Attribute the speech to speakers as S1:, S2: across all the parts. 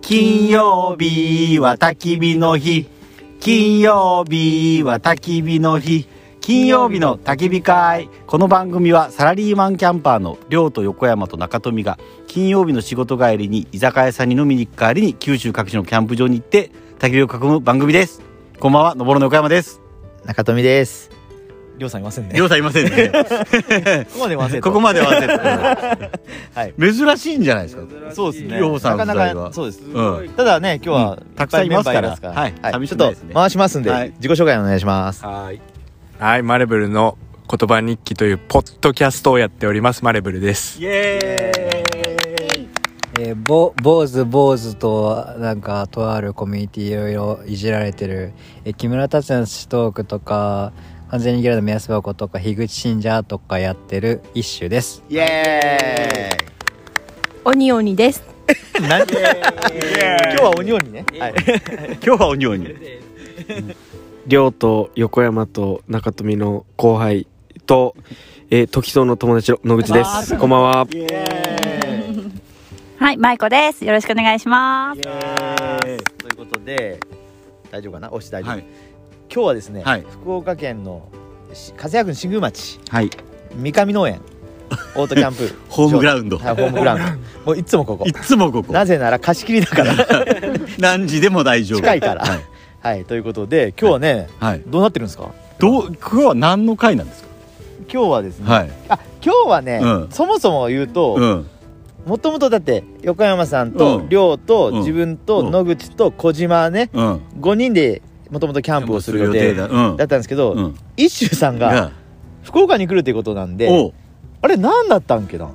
S1: 金曜日は焚き火の日。金曜日は焚き火の日。金曜日の焚き火会。この番組はサラリーマンキャンパーの亮と横山と中富が金曜日の仕事帰りに居酒屋さんに飲みに行く帰りに九州各地のキャンプ場に行って焚き火を囲む番組です。こんばんは、のぼろの横山です。
S2: 中富です。りょうさんいませんね。
S1: 亮さんいません ね。
S2: ここまで忘れ
S1: ここまでは焦っ
S2: はい。
S1: た。珍しいんじゃないですか。
S2: そうですね。
S1: 亮さんの
S2: な
S1: 時代
S2: か
S1: は
S2: なかそうです。
S1: うん。
S2: ただね、今日は
S1: うんたくさんいますから
S2: っぱメンバーいます
S1: はい
S2: はい。
S1: 寂
S2: ち
S1: し
S2: ょ
S1: くな
S2: っ
S1: い
S2: と
S1: ですね
S2: 回しますんで
S1: はい、
S2: 自己紹介お願いします。
S1: はい。
S3: はい、マレブルの言葉日記というポッドキャストをやっております、マレブルです。
S1: イエーイ。
S4: えー、ぼ坊主坊主となんかとあるコミュニティいろいろいじられてる、えー木村達也のストークとか完全にギャラの目安箱とか樋口信者とかやってる一種です
S1: イエ
S5: 鬼鬼です。
S2: なんで今日は鬼鬼ね。はい。
S1: ーイ。今日は鬼鬼。
S6: 亮と横山と中富の後輩と、えー、時蔵の友達の野口です。こんばんは。
S1: イエーイ。
S5: はい、舞子です。よろしくお願いします。
S2: ということで、大丈夫かな押して大丈夫。
S1: はい
S2: 今日はですね
S1: はい、
S2: 福岡県のし粕谷郡新宮町
S1: はい。
S2: 三上農園オートキャンプ
S1: ホームグラウンド
S2: はい ホームグラウン ド。もういつもここ
S1: い。つもここ。
S2: なぜなら貸し切りだ から。
S1: 何時でも大丈夫。
S2: 近いから
S1: はい。
S2: はい。ということで、今日はね、
S1: はい。
S2: どうなってるんですか
S1: どう今日は何の回なんですか。
S2: 今日はですね、
S1: はい。
S2: あ今日はね、
S1: うん
S2: そもそも言う
S1: う
S2: と
S1: ん。
S2: もともとだって横山さん
S1: う
S2: と
S1: ん
S2: 亮と
S1: うん
S2: 自分
S1: う
S2: と
S1: ん
S2: 野口と小島ね
S1: うん。
S2: 5人でもともとキャンプをする予定
S1: キャンプを
S2: だ
S1: する予定だうん
S2: ったんですけど、
S1: うん。
S2: 一周さんが
S1: が
S2: 福岡に来るってことなんで
S1: おう。
S2: あれ何だったんけな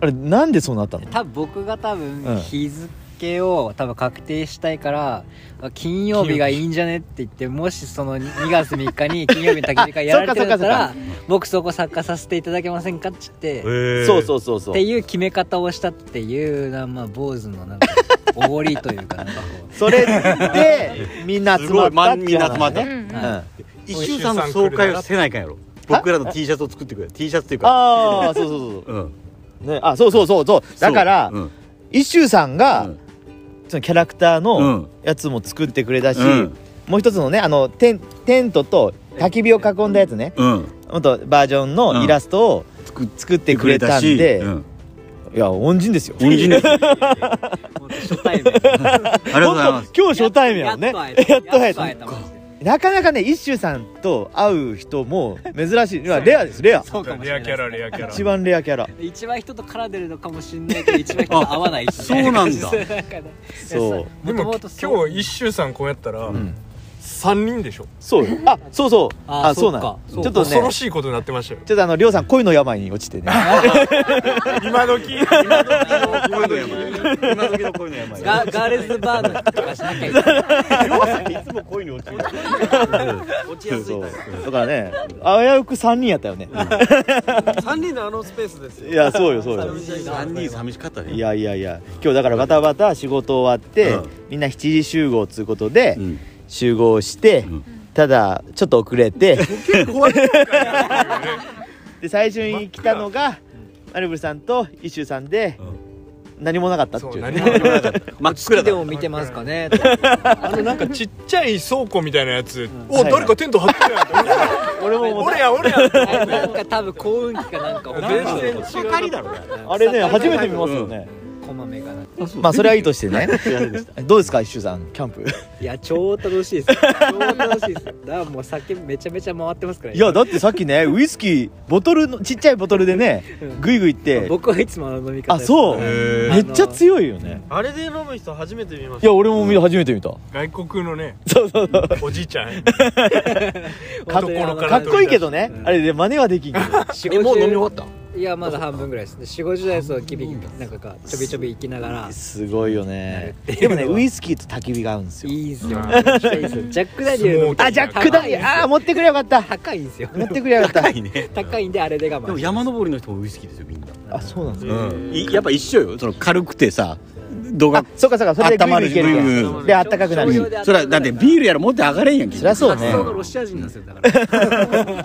S2: あれなんでそうなったの
S4: 多分僕が多
S2: うん
S4: 分日付を多分確定したいからあ金曜日がいいんじゃねって言ってもしその2月3日 に金曜日の焚き火会やられてるんだった
S2: そっか
S4: ら僕そこ参加させていただけませんかって言って
S2: そうそうそうそ
S4: っ
S2: う
S4: ていう決め方をしたっていうなまあ坊主のなんかおごりというかなんかこ
S2: それでみんな集まったってい
S1: すごいみ
S2: う話ね
S1: んな集まった
S5: うん
S4: う、
S2: うん
S4: はい
S2: あ
S1: 一周さんの総会をせないかんやろ。僕らの T シャツを作ってくれ。T シャツっていうか。
S2: あーそうそうそう
S1: うん。
S2: そう、ね、あそうそうそうそうだから、
S1: そううん
S2: 一周さんが、そのキャラク
S1: う
S2: ターの
S1: ん
S2: やつも作ってくれたし、
S1: うん
S2: もう一つのねあのテンテントと焚き火を囲んだやつね
S1: うんうん
S2: もっとバージョンのイラストを
S1: 作っ
S2: 作って
S1: て
S2: くれたん
S1: し
S2: で、
S1: うん
S2: いや恩人ですよ
S1: 恩人です。 ありが
S4: もう初対面
S1: とうございます
S2: 本。当今 日初対面
S4: や
S2: や
S4: っ
S2: ね
S4: と会えた
S2: やっと会えた
S4: やっとマジで
S2: なかなかね一周さんと会う人も珍しいいやレアですレア
S4: そうかもしれないですね
S3: アキ
S2: 一番レアキャラ
S4: 一番人と絡んでるのかもしれないけど一番人と合わないですね
S1: あそうなん だ
S2: そう
S4: もともとそう
S3: 日一周さんこうやったら
S2: ん
S3: 三人でしょ。
S2: そうよあそうそうあ
S4: あ
S2: そう
S4: そっ
S2: な
S4: か
S2: のちょ
S4: そう
S2: っ
S4: か
S2: とねちょ
S3: しいことになってましたよ。
S2: っとあのりょうさん恋の病に落ちてね
S3: 今時
S1: 今の山今時の恋の山
S4: ガガールズバーの人とかしなきゃいけない
S1: いつも恋に落ちる。落ちやす
S2: そ。
S1: いう
S2: だからね危うく3人やったよね
S6: 三人のあのスペースです
S2: いやそうよそうよ
S1: 三人寂しかったね。
S2: いやいやいや今日だからバタバタ仕事終わって、
S1: うん
S2: みんな7時集合つうことで
S1: うん。
S2: 集合して、
S1: ん
S2: ただちょっと遅れてで最初に来たのがマルブルさんとイシューさんで、何もなかったっていうね
S3: もなかっ
S1: 真っ暗
S4: で
S1: だ。
S4: も見てますかね
S3: たあのなんかちっちゃい倉庫みたいなやつ
S2: はいはい
S3: テント張って
S2: 俺も
S3: るやん
S2: 思っ
S3: 俺や俺や
S4: なんか多分幸運期かなんか
S3: 全然違う
S1: だろ。
S2: たあれね初めて見ますよね、
S4: こまめかな
S2: まあそれはいいとしてねどうですかイシューさんキャンプ
S4: いや超楽しい です超楽しいですだからもう酒めちゃめちゃ回ってますから
S2: いやだってさっきねウイスキーボトルのちっちゃいボトルでね
S4: うん
S2: グイグイって
S4: 僕はいつもあの飲み方
S2: あそう
S3: へー
S2: めっちゃ強いよね
S7: あれで飲む人初めて見まし
S2: いや俺も見初めて見た、
S3: 外国のね
S2: そうそうそう
S3: おじいちゃん
S4: か
S3: から
S2: かっこいいけどね、
S4: うん
S2: あれで真似はできんけど
S4: えもう飲み終わったいやまだ半分ぐらいですね4 5 0代そうきびなんかかちょびちょび行きながら
S2: すごいよね
S4: なる
S2: でもねウイスキーと焚き火が合うんですよ
S4: いいですよめっちゃいいですよジャックダニエルの
S3: あジャッ
S2: くだりああ持ってくれよかった
S4: 高いんですよ
S2: 持ってくれよかった
S1: いい ね。
S4: 高いんであれで我慢
S1: でも山登りの人もウイスキーですよみんな。
S2: あそうなんですね
S1: うん。いやっぱ一緒よ。その軽くてさ、動画
S2: あ。そっかそっかそれで
S1: 温ま
S2: グ
S1: る
S2: イグイいけ
S1: グイグ
S2: るや
S1: イ
S2: んであったかくなるし
S4: 少量で
S1: それはだってビールやら持って上がれんやんけ。
S2: そりゃそうね
S4: 発想がロシア人なんですよだから
S2: ね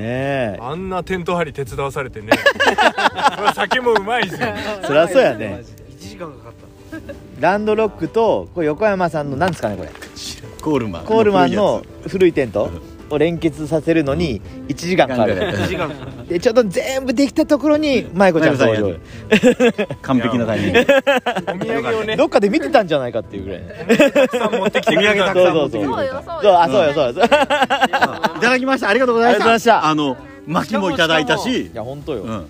S2: え
S3: あんなテント張り手伝わされてね 酒もうまいですよ
S2: そりゃそうやね
S7: た1時間かかっ
S2: ランドロックとこれ横山さんのなんですかねこれ
S1: コールマン
S2: コールマンの古いテントを連結させるのに1時間かかる
S7: 時間
S2: でちょっと全部できたところに舞子ちゃん登
S1: 舞
S2: 場
S1: 子完璧なタイミング
S2: どっかで見てたんじゃないかっていうぐらいね
S1: 手土産たくさん持ってきて
S2: そ
S1: くれ
S5: そうよ
S1: た
S5: そう
S2: そう
S5: よ
S2: あそうよそうよそうよ
S1: いただきましたありがとうございました
S2: ありがとうございました
S1: あの薪もいただいたし
S2: いや本当よ、
S1: うん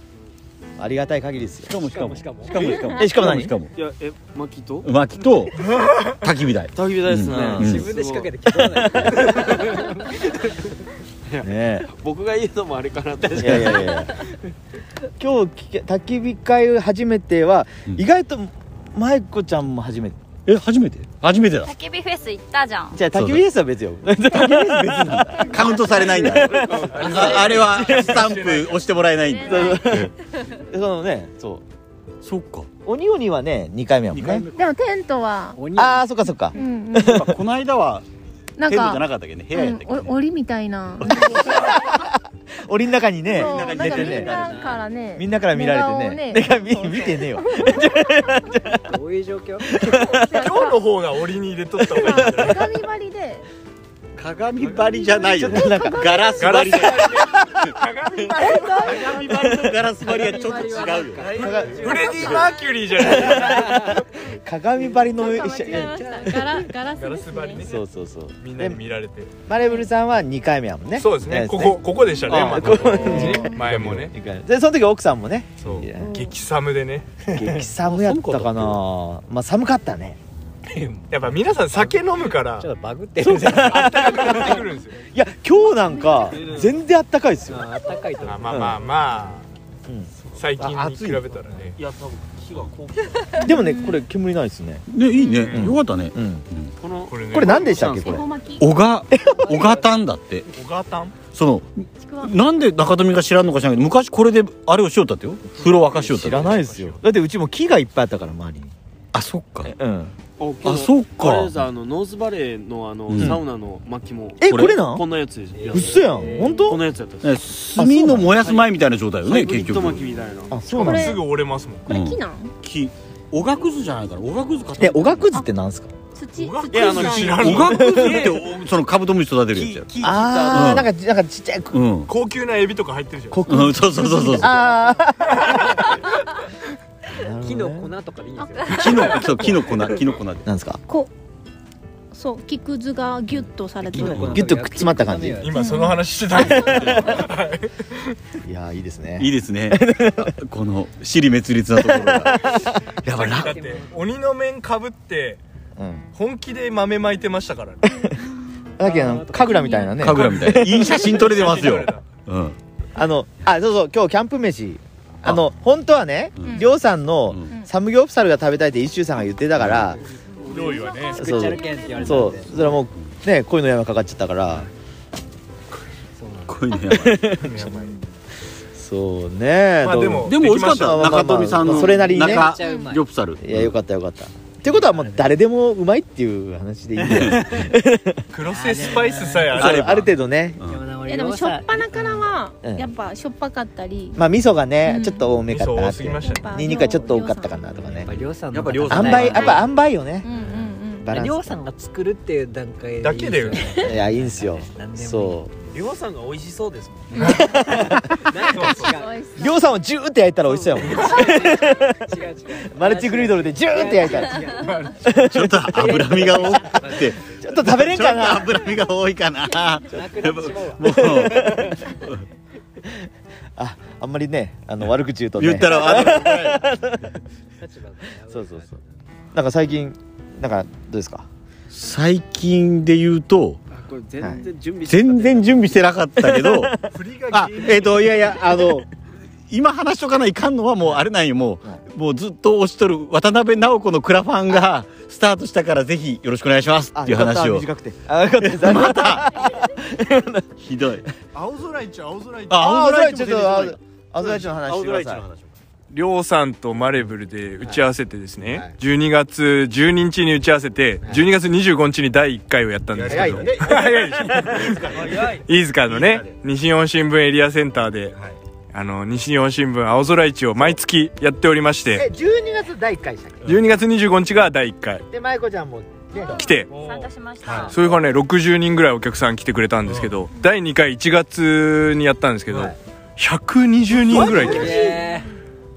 S2: ありがたい限りですよ
S1: しかもしかもしかもしかもしかも
S2: えしかも何
S1: しかも
S7: いやえ薪と
S1: 薪 と焚き火台
S7: 焚き火台ですね、
S1: うん
S7: 自
S1: 自
S7: 分で仕掛けて
S1: ね
S7: 僕が言うのもあれかなって
S2: いやいやいや今日聞け焚き火会初めては、
S1: うん
S2: 意外と舞子ちゃんも初めて
S1: え初めて初めてだ
S5: 焚き火フェス行ったじゃん
S2: じゃあ焚き火ですは別よ
S1: カウントされないんだ ああれはスタンプ押してもらえないんだ
S2: そのねそ
S1: そっか
S2: う鬼鬼はね2回目やもんね
S8: でもテントは、
S2: ああそっかそっか
S8: うんうん、
S1: この間は
S8: な
S1: テン
S8: ん
S1: トじゃ
S8: か
S1: なかったっけどね部屋やったっけ
S8: う
S1: どね
S8: んお檻みたいな
S2: 檻の中にね
S8: そうなんか
S2: 寝て
S8: みん
S2: ね
S8: なからね
S2: みんなから見られてね
S8: 寝
S2: ね
S8: 顔を
S2: 見見てねえよ
S4: どういう状 況
S3: 今日の方が檻に入れとった方がいいんじゃない
S8: 鏡張りで
S1: 鏡張りじゃないよ
S2: ちょっとなんか
S1: ガラス
S3: ガラ
S1: 張
S3: ス
S1: り
S3: 張
S1: だよ
S3: 鏡張り
S1: ガラス張りはちょっと違 うよ
S3: フレディ・マーキュリーじゃない
S2: 鏡張りの
S8: 間違えましたガラガラス
S3: ガ
S8: で
S3: ラ
S8: す
S3: ス張り
S8: ね
S3: ね
S2: そうそうそう
S3: みんなに見られて
S2: マレブルさんは2回目やもんね
S3: そうですねここここでしたね
S2: あ
S3: ま
S2: ここ
S3: た前もね
S2: 二回目でその時奥さんもね
S3: そう
S2: いや
S3: 激寒でね
S2: 激寒やったかなまあ寒かったね
S3: やっぱ皆さん酒飲むから
S4: ちょっとバグってるじゃん
S3: 上がってくるんですよ
S2: いや今日なんか全然あったかいですよ
S4: あったかいと
S3: あまあまあまあ、
S2: うん
S3: 最近に比べたらね
S7: いや多分火がこ
S2: でもねこれ煙ないですね
S1: ねいいね
S2: ん
S1: よかったね
S2: うん
S7: うこの
S3: これね
S2: これ何でしたっけこれ
S8: 恵方巻き
S1: 小 が小がたんだって
S3: 小川たん
S1: その
S8: ちくわ
S1: なんで中富が知らんのか知らんけど昔これであれをしようったってよ風呂沸かしよった
S2: 知
S1: って
S2: らないですよだってうちも木がいっぱいあったから周りに
S1: あそっか
S2: うん
S1: あそっか
S7: あれですあのノースバレーのあの、
S1: うん
S7: サウナの薪も
S2: え
S1: こ
S2: こ
S1: れ
S2: れなん
S7: こんなやつでした
S2: 嘘やん本当
S7: こんなやつやったんです
S1: ね炭の燃やす前みたいな状態よね結
S7: ハイブリッド
S1: 局
S7: 薪みたいな
S2: あそう
S8: こ
S2: なん
S8: れ
S2: です
S3: ぐ折れますもん
S8: これ木なん
S1: 木おがくずじゃないからおがくず買っ
S2: えおがくずってなんですか
S8: 土
S3: 小川
S8: 土
S7: いやあの
S8: なん
S3: 知
S8: や
S3: らん
S1: おがくずっておそのカブトムシ育てるやつや
S3: 木木
S2: あ
S1: うん
S2: ーなんかなんかちっちゃいく
S1: うん
S3: 高級なエビとか入ってるじゃん
S2: こ
S1: うんそうそうそうそう
S2: ああ
S4: 木の粉とかでいいんです
S1: 木
S4: よ
S1: のそう木の粉木の粉で
S2: なんですか
S8: こそう木くずがギュッとされてる
S2: ギュッとくっつまった感じい
S3: 今その話してたんですよ
S2: やーいいですね
S1: いいですねあこの尻滅裂なところがやばい
S3: だ
S1: な
S3: って 鬼の面かぶって
S2: うん
S3: 本気で豆巻いてましたからね
S2: だけどあの神楽みたいなね
S1: 神楽みたいないい写真撮れてますよ
S3: 写真撮れた
S1: うん
S2: あのあそうそう今日キャンプ飯あの本当はね
S1: うん
S2: りょうさんの
S1: うん
S2: サムギョプサルが食べたいって一周さんが言ってたから
S3: 料理はね
S2: そうそう
S4: けんって言われ
S2: そうそれはもうね恋の山かかっちゃったから
S1: こういうのやばい
S2: そうね
S3: まあ
S2: どう
S3: でも
S1: でも美味しかっ
S2: ま
S1: た
S2: あまあまあ
S1: 中富さんの
S2: それなりにね
S1: 中
S4: うまい
S1: リョプサル
S2: いやよかったよかったってことはもう誰でもうまいっていう話でいいんだよね
S3: 黒瀬スパイスさえ
S2: そう
S3: あ
S2: あ
S3: れ
S2: る
S3: ば
S2: 程度ね
S8: いやでもしょっぱなからは
S2: うん
S8: やっぱしょっぱかったり
S2: まあ味噌がね
S8: うん
S2: ちょっと多めかった
S3: 味噌
S2: な
S3: 多
S2: っ
S3: す
S2: て
S3: ぎまし
S8: や
S3: た
S8: っ
S3: ね
S8: ぱ
S2: ニンニクはちょっと多かったかなとか
S4: やっ
S2: ね
S4: ぱりょうさん
S1: やっ
S4: の
S1: ぱりょう
S2: 塩
S1: さん
S2: 梅やっぱ塩梅よね
S8: うんうんうん
S2: バランス
S4: りょうさんが作るっていう段階でいい
S3: だけだよね
S4: です
S2: いやいいんすよ
S4: 何でもいい
S2: そ
S7: りょうさんが美味しそうですもん
S8: 美味し
S2: う
S8: そう
S2: りょうさんをジューって焼いたら美味しそうやもん
S4: 違う違う
S2: マルチグリードルでジューって焼いたら
S1: ちょっと脂身が多くて
S2: ちょっと食べれん
S1: ちょ
S2: か
S1: っと脂
S2: な
S1: 身が多いかな
S4: なくなってしまうわ
S1: もう
S2: ああんまりねあの悪口言うとね
S1: 言ったらあの
S4: 立場が
S2: そうそうそうなんか最近なんかどうですか
S1: 最近で言うと
S7: あこれ全然準備して
S1: 全然準備してなかったけ ど
S3: 振りが
S1: あえっ、といやいやあの今話しとかないかんのはもうあれなんよもう、
S2: は
S1: もうずっと推しとる渡辺直子のクラファンがスタートしたからぜひよろしくお願いします
S2: あ
S1: っていう話
S2: よ
S1: を
S2: かった短くてあよかったですあ
S1: またひどい
S3: 青空一青空一
S1: あ
S2: 青空市
S1: 青
S2: ちょ
S1: 空
S2: っ
S1: 市も出て
S2: と
S1: こ
S2: 青空市の話してください
S3: りょうさんとマレブルで打ち合わせてですね、12月12日に打ち合わせて、12月25日に第1回をやったんですけど
S1: い
S3: 早いでしょ飯塚のね西日本新聞エリアセンターで、あの西日本新聞青空市を毎月やっておりまし
S2: え
S3: て
S2: 12月第1回でしたっ
S3: 12月25日が第1回
S2: けで舞子ちゃんもね
S3: 来て
S5: 参加しました。
S3: それがね60人ぐらいお客さん来てくれたんですけど第2回1月にやったんですけど
S2: はい
S3: 120人ぐらい来て
S4: え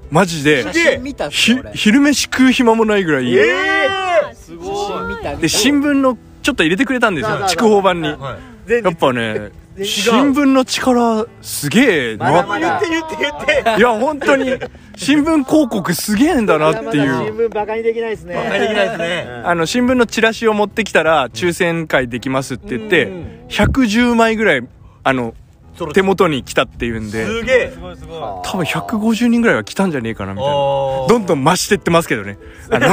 S3: マジで
S4: 写真見たっす
S3: ひ
S4: 俺
S3: 昼飯食う暇もないぐらい
S7: す
S4: 写真見た見た
S3: で新聞のちょっと入れてくれたんです
S2: そうそ
S3: よ
S2: う
S3: 筑豊版にや
S9: はい
S2: 全
S3: っぱね
S2: 全然違う
S3: 新聞の力すげえ
S2: まだま
S3: な
S2: だ
S7: 言って言って
S3: いや本当に新聞広告すげえんだなっ
S2: ま
S3: て
S2: だまだ
S3: い
S2: 新
S3: う
S2: 聞バカにできないですね
S9: バカにできないですね
S2: うん
S3: あの新聞のチラシを持ってきたら抽選会できますって言って110枚ぐらいあの
S9: それ
S3: 手元に来たっていうんです
S9: げえ
S3: 多分150人ぐらいは来たんじゃねえかなみたいな
S9: ど
S3: どんどん増してってますけど ねあの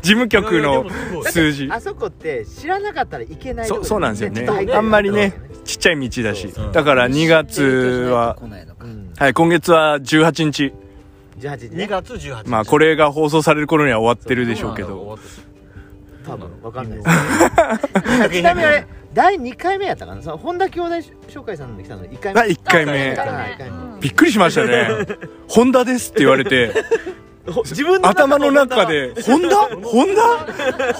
S3: 事務局の数字
S2: あそこって知らなかったらいけない
S3: そうそうなんですよ
S2: ちょ
S3: ね
S2: っと入ってる
S3: あんまりねちっちゃい道だし
S9: そうそう
S3: だから2月は
S4: 来ないのか
S2: うん
S3: はい今月は18日
S2: 18時
S9: 2
S2: ね
S9: 月18日
S3: まあこれが放送される頃には終わってるでしょうけど
S2: 多分わかんない ですちなみにあれ第2回目やったかなその本田兄弟紹介さんで来たの1回目
S3: 第1回目
S2: はい一回目
S3: びっくりしました ね「ホンダです」って言われて
S2: ほ自分の
S3: 頭の中で「ホンダホンダホンダ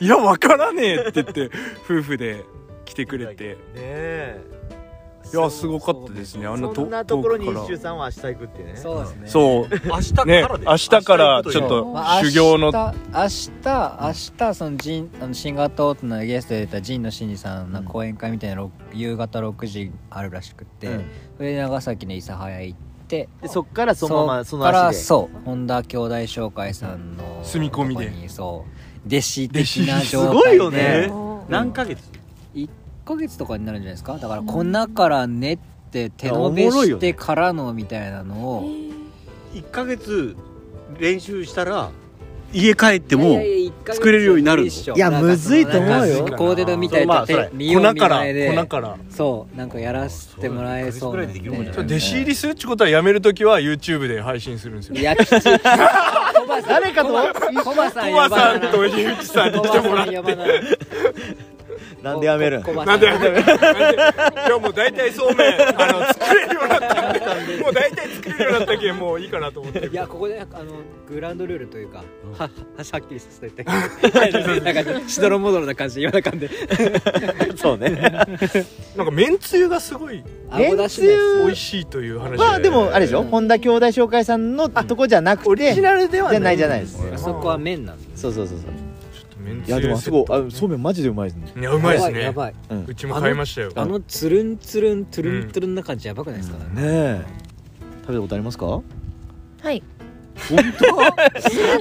S3: いやわからねえ」って言って夫婦で来てくれて
S2: ねえ
S3: いやすごかったですねあんな
S2: そ
S3: と
S2: んなところに
S3: 遠
S2: 一周
S3: くから
S2: さんは明日行くってね
S4: そうですね
S3: そう
S9: 明日か
S3: ね
S9: らで
S3: 明日からちょっと
S4: まあ
S3: 修行の
S4: 明日明日明日そのジンあのシンガートートのゲストで出たジンのシンジさんの講演会みたいなろく夕方6時あるらしくって、
S2: うん
S4: それで長崎の諫早行って
S2: でそっからそのままそ
S4: っ
S2: の
S4: から
S2: 足で
S4: そう本田兄弟紹介さんの
S3: 住み込みで
S4: とこにそう弟子的な状態
S2: すごいよ
S4: で
S2: ね
S7: 何ヶ月
S4: 1ヶ月とかになるんじゃないですかだから粉から練って手延べしてからのみたいなのを、
S7: 1ヶ月練習したら
S6: 家帰っても作れるようになるの
S4: い
S2: いやむずいと思うよ
S4: コーデドみたい
S7: ま
S4: な
S7: あそれ
S4: 見よう見まねで
S3: から
S4: そうなんかやらせてもらえそうなんで
S7: そうそう一ヶ月ぐらいできるもんじゃない
S3: 弟子入りするってことはやめるときは YouTube で配信するんですよ
S4: いやきつい 誰
S2: かと
S4: コバさん
S3: コ
S4: 呼ば
S3: バさ
S4: なん
S3: と井口さんに来てもらって
S4: コバさん呼ばない
S2: なんでやめるん
S4: コバさ
S3: なんんでなんでいやもう大体そうめんあの作れるようになったんでもう大体作れるようになったけんもういいかなと思って
S4: いやここであのグランドルールというか、はははっきりさせてなんかしどろもどろな感じで言わなかんで
S2: そうね
S3: なんかめんつゆがすごい
S2: め
S4: 顎出し
S2: んつ
S4: で
S2: ゆ
S3: 美味しいという話 で
S2: まあでもあれでしょ本田兄弟紹介さんのとこじゃなくてオリジナルではじゃないじゃないです
S4: あそこは麺なんです
S2: そうそうそうそう
S3: ちょっとめんつ
S2: いや
S3: ゆ
S2: でもあそこ
S3: セッ
S2: あそうめんマジでうまいですね
S3: トいやうまいです
S4: や
S3: ね
S4: ばいやばい
S3: うんうちも買いましたよ
S4: あのつるんつるんつるんつるんな感じやばくないですか、
S2: ねえ食べたことありますか
S8: はい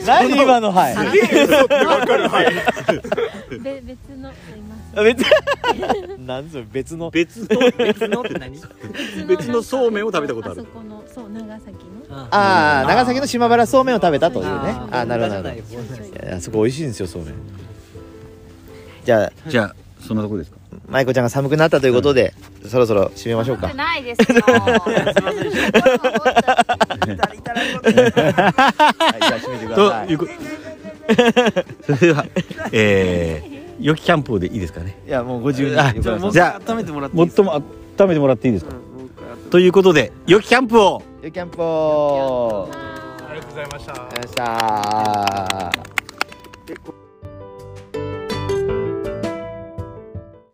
S2: 何今のはい
S8: べ別のすいま
S2: 別 なんそれ別の
S7: 別の
S4: 別のって何
S8: せん
S7: 別のそうめんを食べたことある
S8: そこのそう長崎の
S2: ああ長崎の島原そうめんを食べたというね
S4: あー
S2: あーなるほどなるほどいやあそこ美味しいんですよそうめんじゃあ
S1: じゃあ そんなとこですか
S2: 舞子ちゃんが寒くなったということで、そろそろ締めましょう か
S5: くないです よ。
S2: はい、じゃあ締めてくだ
S1: と
S2: さい
S1: いうこそれではえー、良きキャンプでいいですかね
S2: いやもう50
S1: あ
S2: 人
S1: じゃあ
S7: 温めてもらっていいです
S1: 最も温めてもらっていいですかということで良きキャンプを
S2: ゆキャンプを
S3: ありがとうございました
S2: ありがとうございました